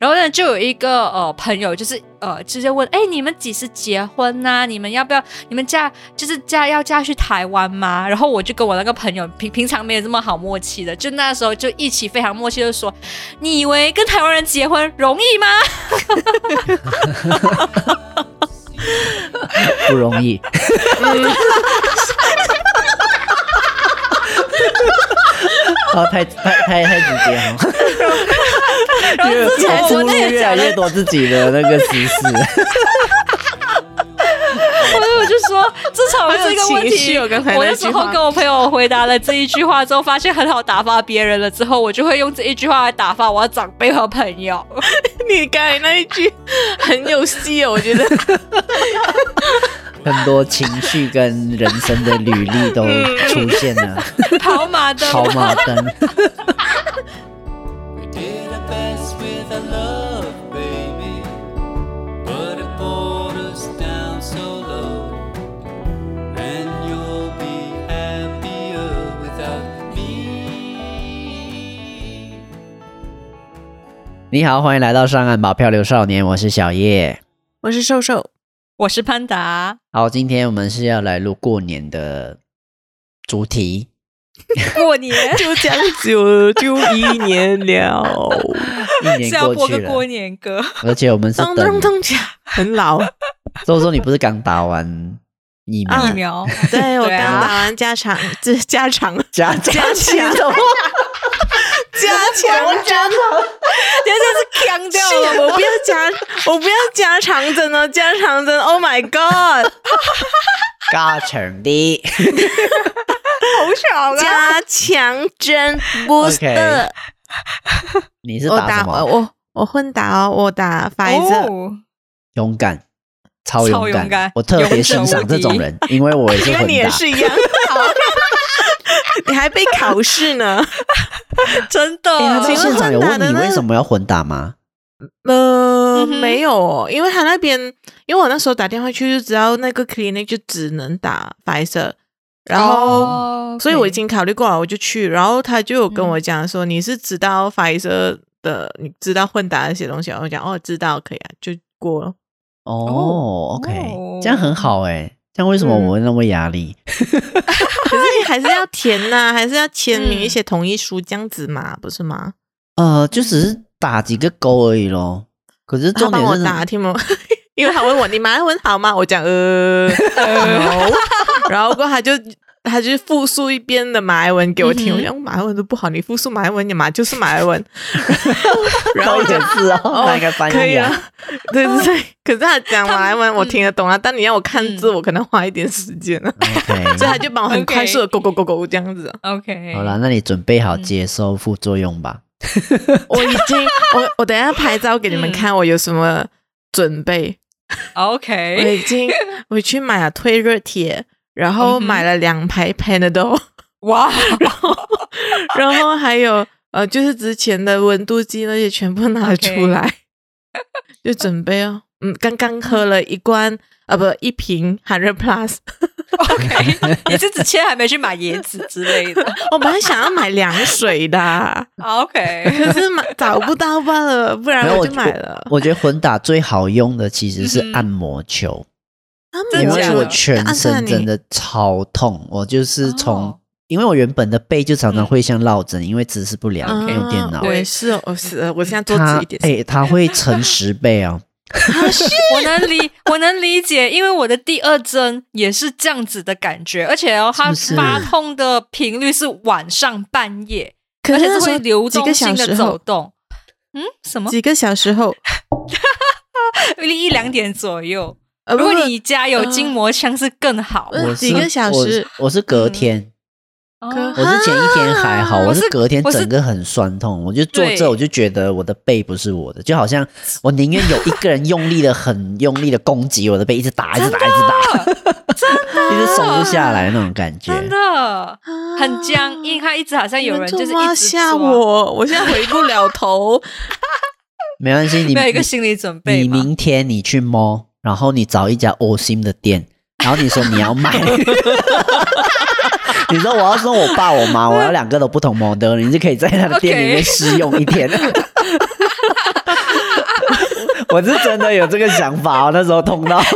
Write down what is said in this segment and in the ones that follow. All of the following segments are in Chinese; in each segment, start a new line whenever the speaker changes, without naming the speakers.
然后呢，就有一个呃朋友，就是呃直接问，哎，你们几时结婚呐、你们要不要？你们嫁就是嫁要嫁去台湾吗？然后我就跟我那个朋友平平常没有这么好默契的，就那时候就一起非常默契的说，你以为跟台湾人结婚容易吗？
不 容易。 哦，太太太太直接了，
然后之前
付
我
出
那也
越来
讲了
越多自己的那个私事，
我我就说，自从这个问
好有情绪
题，
哦刚才那句话
我那时候跟我朋友回答了这一句话之后，发现很好打发别人了。之后我就会用这一句话来打发我的长辈和朋友。
你刚才那一 句很有戏哦，我觉得。
很多情绪跟人生的履历都
嗯
出现 了，
跑马灯，
跑马灯。
We did our best with our love, baby, but it brought us down so low. And you'll be happier without me.
你好，欢迎来到上岸吧，漂流少年，我是小叶。
我是瘦瘦，
我是潘达，
好，今天我们是要来录过年的主题，
过年
就将久就一年了，
一
是
年
要播
过去
个
了，
过年 歌。
而且我们是
咚
等
咚。咚锵，很老。
周周，你不是刚打完疫苗？
啊
疫苗，
对我
对
刚
啊
打完加 长，这加长
加加起来的话，
加强针，
等一下是腔掉了。
我不要加，我不要加长针哦，加长针，Oh my God，
加成 的。
好啦，
加强针 booster，
你是
我
打什
打
么？
我我我混打哦，我打白色，
哦
勇敢，超勇
超勇敢
我特别欣赏这种人，因为我也是
因为
混
你也
打。
是一样，好 你还被考试呢，
真
诶他
的，
在
请问
现场有问
混打的
你
那
为什么要混打吗？
呃
嗯，哼
没有哦，因为他那边，因为我那时候打电话去就知道那个 clinic 就只能打白色，然后。
哦
所以我已经考虑过了，我就去。然后他就有跟我讲说，你是知道 Pfizer 的，你知道混打那些东西吗。我讲哦，知道，可以啊，就过了。
哦
哦
，OK，这样很好哎。这样为什么
嗯
我会那么压力？
可是你还是要填呐、还是要签名
嗯
一些同意书这样子嘛，不是吗？
呃，就只是打几个勾而已咯。可是
他
重
啊帮
点
我
是，
打听吗？因为他问我你马来文好吗？我讲呃 no，然后过后他就他就复述一遍的马来文给我听。
嗯哼
我讲马来文都不好，你复述马来文，你嘛就是马来文。然后
高一
我就
点字哦，那应该翻
可以
译
啊
啊。，
对对对。可是他讲马来文我听得懂啊，但你要我看字，
嗯
我可能花一点时间啊。
OK，
所以他就帮我很快速的
OK
勾勾勾勾这样子啊。
OK，
好啦，，那你准备好接受副作用吧。
我已经，我我等一下拍照给你们看，我有什么准备。我
OK，
已经我去买了退热贴，然
嗯
后
哼
买了两排 Panadol，
哇，
然后还有呃，就是之前的温度计那些全部拿
OK
出来，就准备哦。嗯，刚刚喝了一罐啊，不一瓶 Hundred Plus，
OK，你 是之前还没去买椰子之类的
我本来想要买凉水的啊，
？OK，
可是买找不到罢了，不然
没有
我就买了。
我觉得混打最好用的其实是
嗯哼
按摩球，
啊
真
因
的假
为
的
我全身真，
没有按
的超痛，我就是从、
哦
因为我原本的背就常常
嗯
会像落枕，因为姿势不良、
看你
用电脑
啊，我也是哦，我是我现在坐
它
直一点。
哎、它会乘十倍哦，
我能理我能理解，因为我的第二针也是这样子的感觉，而且哦，它
是不是
发痛的频率是晚上半夜，
可
而且
那
是
时候
会流
几
动
个小
性的
时
走
后，
动。嗯，什么？
几个小时后，
一两点左右。
呃，
如
不呃
果
不
你家有筋膜枪是更好。
嗯
我是
几个小时嗯
我，我是隔天。
哦
我是前一天还好，
啊
我是隔天
我是
整个很酸痛，我就坐
对
这我就觉得我的背不是我的，就好像我宁愿有一个人用力的很用力的攻击我的背，一直打，一直打，一直打， 一直松不下来那种感觉。
真的
啊
很僵硬，它一直好像有人就是
你们
一
做
直
吗吓
抓，
我，我现在回不了头。
没关系，你
没有一个
你
心理准备
你
嘛。
明天你去摸，然后你找一家 O 心的店，然后你说你要买。 你说我要送我爸我妈，我要 两个都不同 model，你就可以在他的店里
OK
面试用一天。我是真的有这个想法、哦，那时候痛到
害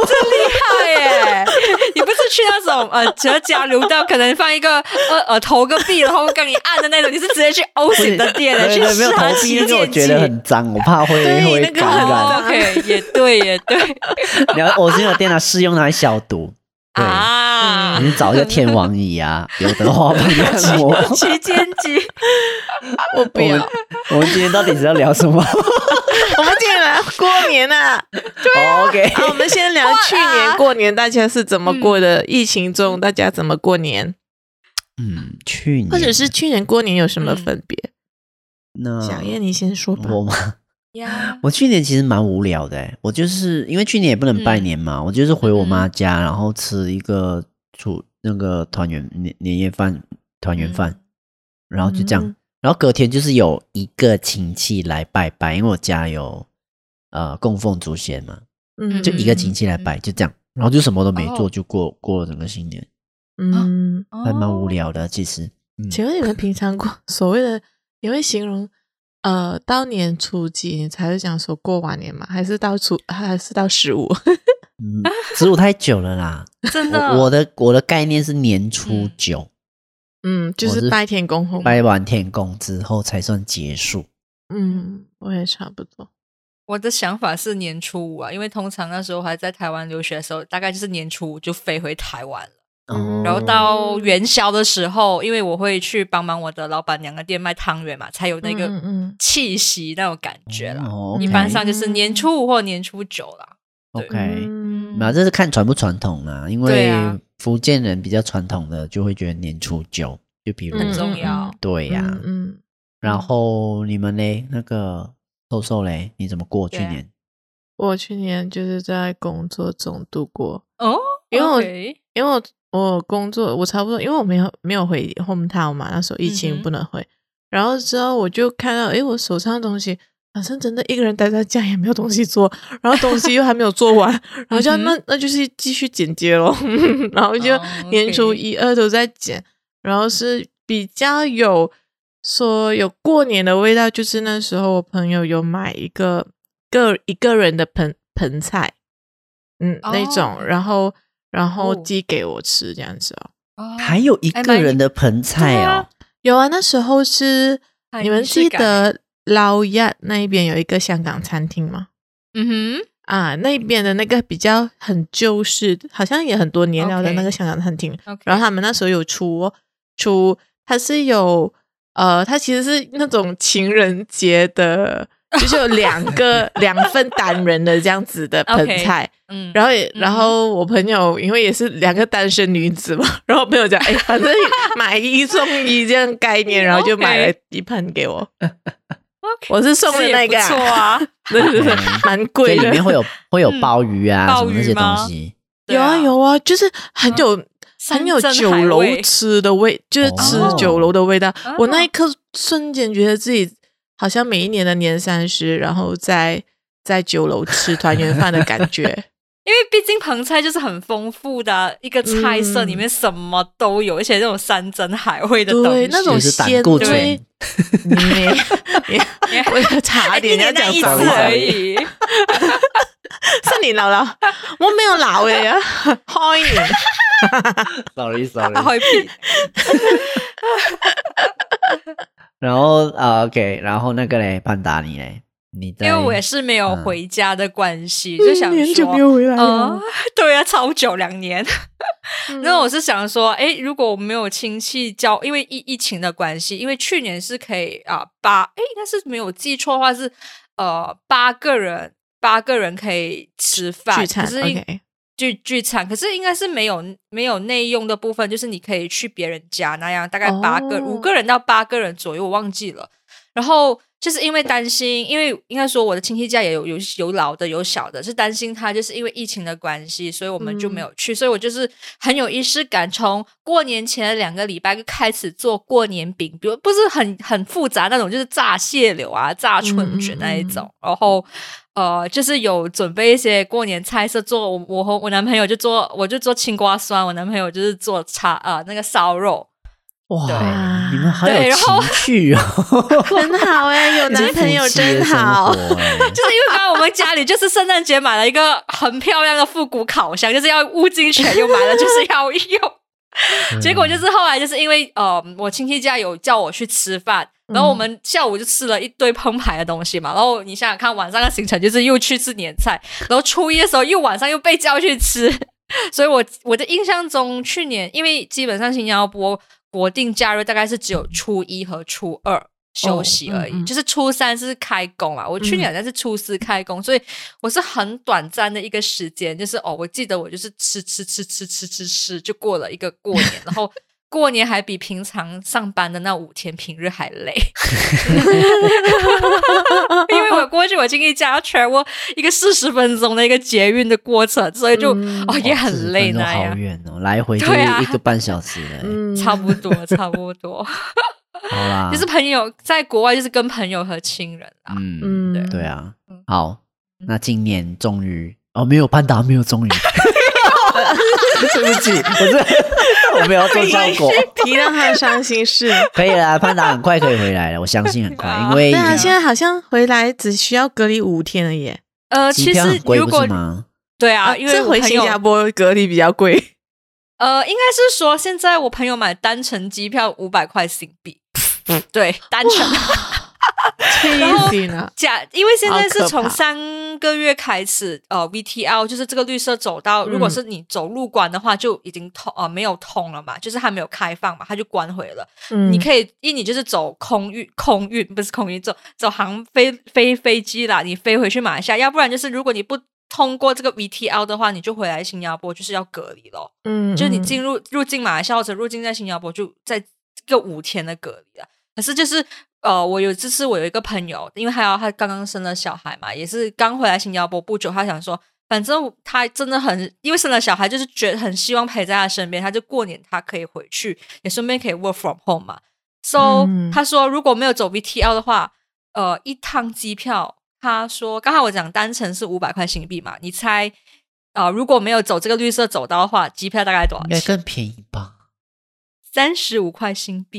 耶！ 你不是去那种呃折夹流道，可能放一个呃呃投个币，然后跟你按的那种，你是直接去 O 型的店
对
去
对没有
试
头
啊
皮，
旗
因为我
舰
觉
机。
得很脏，我怕会
对
会
那个
感
很
染。
脏
OK，也对，也对
你要恶心的电脑试用拿来消毒，对，
啊！
你找一个天王椅啊， 刘德华帮你按摩。
旗舰机，
我不
我
要
们。我们今天到底是要聊什么、 哦
我们竟然过 年啊！
o k
啊，我们先聊去年过年大家是怎么过的，疫情中大家怎么过年，
嗯，去年
或者是去年过年有什么分别？
那
小叶，你先说吧。
嗯我吗？我去年其实蛮无聊的欸，我就是因为去年也不能拜年
嗯
嘛，我就是回我妈家，然后吃一个煮那个团圆年年夜饭、团圆饭，然后就这样。
嗯
然后隔天就是有一个亲戚来拜拜，因为我家有呃供奉祖先嘛，
嗯
就一个亲戚来拜，就这样。然后就什么都没做，
哦
就过过了整个新年，啊
嗯，
还蛮无聊的。其实，嗯，
请问你们平常过所谓的，你会形容呃到年初几你才会讲说过完年吗？还是到初还是到十五？
嗯，十五太久了啦。
真的，
我我的我的概念是年初
嗯
九，
嗯，就
我是
是拜天公后。
拜完天公之后才算结束。
嗯，我也差不多。
我的想法是年初五啊，因为通常那时候还在台湾留学的时候，大概就是年初五就飞回台湾了。
哦
嗯
然后到元宵的时候，因为我会去帮忙我的老板娘的店卖汤圆嘛，才有那
嗯
个
嗯
气息那种感觉啦。
哦，OK，
一般上就是年初五或年初九啦。
OK，
嗯
那这是看传不传统啦、因
对
为
啊
福建人比较传统的就会觉得年初九，就比如
很
嗯
重要
对呀、
嗯嗯，
然后你们嘞，那个瘦瘦嘞，你怎么过去
对啊
年？
我去年就是在工作中度过，
哦，
因为我
OK
因为我我工作我差不多，因为我没有没有回 home town 嘛，那时候疫
嗯
情
哼
不能回，然后之后我就看到，诶，我手上的东西好像真的一个人待在家也没有东西做，然后东西又还没有做完， 然后就
嗯哼
那那就是继续剪接咯， 然后就
哦，OK
年初一二都在剪，然后是比较有说有过年的味道，就是那时候我朋友有买一个个一个人的盆盆菜，嗯、那种，
哦
然后然后
哦
寄给我吃这样子哦。
哦
还有一个人的盆
哎
菜哦，
有啊，那时候是
很
你们
啊仪式
记
感欸
得老亚那一边有一个香港餐厅吗？
嗯
啊，那边的那个比较很旧式，好像也很多年了的
OK
那个香港餐厅。
哼，OK，
然后他们那时候有出出，它是有呃，它其实是那种情人节的，就是有 两个两份单人的这样子的盆
OK
菜。
嗯，
然后也，然
嗯
后我朋友因为也是两个单身女子嘛，然后我朋友讲，哎，反正 买一送一这样概念，然后就买了一盆 给我。
OK，
我是送的
这也
那个
不错啊，
对对对，蛮
嗯所
贵
以
的
里。面会有会有
嗯
鲍鱼啊、什
鲍
么
鱼
那些东
吗
西。
对嗯
有啊有啊，就是很有、
山
很有
珍
酒
海
楼
味
吃的味，就是吃
哦
酒楼的味道。
哦
我那一刻瞬间觉得自己好像每一年的年三十，然后在在酒楼吃团圆饭的感 觉。
因为毕竟盆菜就是很丰富的一个菜色，
嗯
里面什么都有，而且那种山珍海味的东西，
对，那种
就是胆
鲜
固
醇
味，你你我要查
哎一
点要
年那
讲
一
什
次
法律
么
而？已。
是你姥姥，我没有老哎 呀，欢迎。
Sorry，Sorry
他会屁，
然后啊、o k 然后那个嘞，潘达你嘞，你在
因为我也是没有回家的关系，就想
很嗯久
说，
没有回来
啊
了。，
对啊，超久两年。
嗯
那我是想说，哎，如果我没有亲戚交，因为疫疫情的关系，因为去年是可以啊八，哎，应该是没有记错的话是呃八个人，八个人可以吃饭，
聚餐
可是应
，OK
聚聚餐，可是应该是没有没有内用的部分，就是你可以去别人家那样，大概八个、
哦
五个人到八个人左右，我忘记了。然后就是因为担心，因为应该说我的亲戚家也有有有老的有小的，是担心他就是因为疫情的关系，所以我们就没有去，所以我就是很有仪式感，从过年前的两个礼拜就开始做过年饼，比如不是很很复杂那种，就是炸蟹柳啊、炸春卷那一种，然后呃，就是有准备一些过年菜色做，我我和我男朋友就做，我就做青瓜酸，我男朋友就是做叉啊、呃那个烧肉，
哇，
对
你们好有
对然后
情 趣哦！
很好哎、有男朋友 真好。
这是夫 妻的生活哎
就是因为刚刚我们家里就是圣诞节买了一个很漂亮的复古烤箱，就是要物尽全用，买了就是要用。
嗯
结果就是后来就是因为呃，我亲戚家有叫我去吃饭，
嗯
然后我们下午就吃了一堆澎湃的东西嘛。然后你想想看，晚上的行程就是又去吃年菜，然后初一的时候又晚上又被叫去吃。 所以我我的印象中，去年因为基本上新加坡国定假日大概是只有初一和初二休息而已，
嗯嗯
就是初三是开工啊。我去年好像是初四开工，所以我是很短暂的一个时间，就是哦，我记得我就是吃吃吃吃吃吃吃，就过了一个过年，然后。过年还比平常上班的那五天平日还累， 因为我过去我经历家全我一个四十分钟的一个捷运的过程，所以就、
嗯
哦也很累
40分
那
钟
样
好。远哦，来回就
对啊
一个半小时了哎。
嗯，
差不多，差不多，
好啦，
就是朋友在国外就是跟朋友和亲人啊，
嗯，
嗯，
对啊
嗯，
好，那今年终于哦，没有潘达，没有终 于，对不起，我这我没有做效果，
提到他的伤心事，
可以啦，潘达很快可以回来了，我相信很快，因为
对啊，
啊
现在好像回来只需要隔离五天了耶。
呃，
机
其
票
实
很贵
如
不是
果
吗？
对啊，因为
这
我
回
朋
新
友
加坡隔离比较贵，
呃，应该是说现在我朋友买单程机票五百块新币，对，单程。
气
然 后
了。
假，因为现在
好
是
可怕
从三个月开始，呃，VTL 就是这个绿色走道，
嗯
如果是你走路关的话，就已经通呃没有通了嘛，就是还没有开放嘛，它就关回了。
嗯
你可以，一你就是走空运， 空运不是空运，走走航飞飞飞机啦，你飞回去马来西亚，要不然就是如果你不通过这个 VTL 的话，你就回来新加坡就是要隔离咯。
嗯
就是你进入入境马来西亚或者入境在新加坡，就在这个五天的隔离了。可是就是呃，我有这次我有一个朋友，因为还有他刚刚生了小孩嘛，也是刚回来新加坡不久，他想说，反正他真的很因为生了小孩，就是觉得很希望陪在他身边，他就过年他可以回去，也顺便可以 work from home 嘛。So、
嗯
他说如果没有走 VTL 的话，呃，一趟机票，他说刚才我讲单程是五百块新币嘛，你猜？啊、如果没有走这个绿色走道的话，机票大概多少
应
钱
该？更便宜吧？
三十五块新币。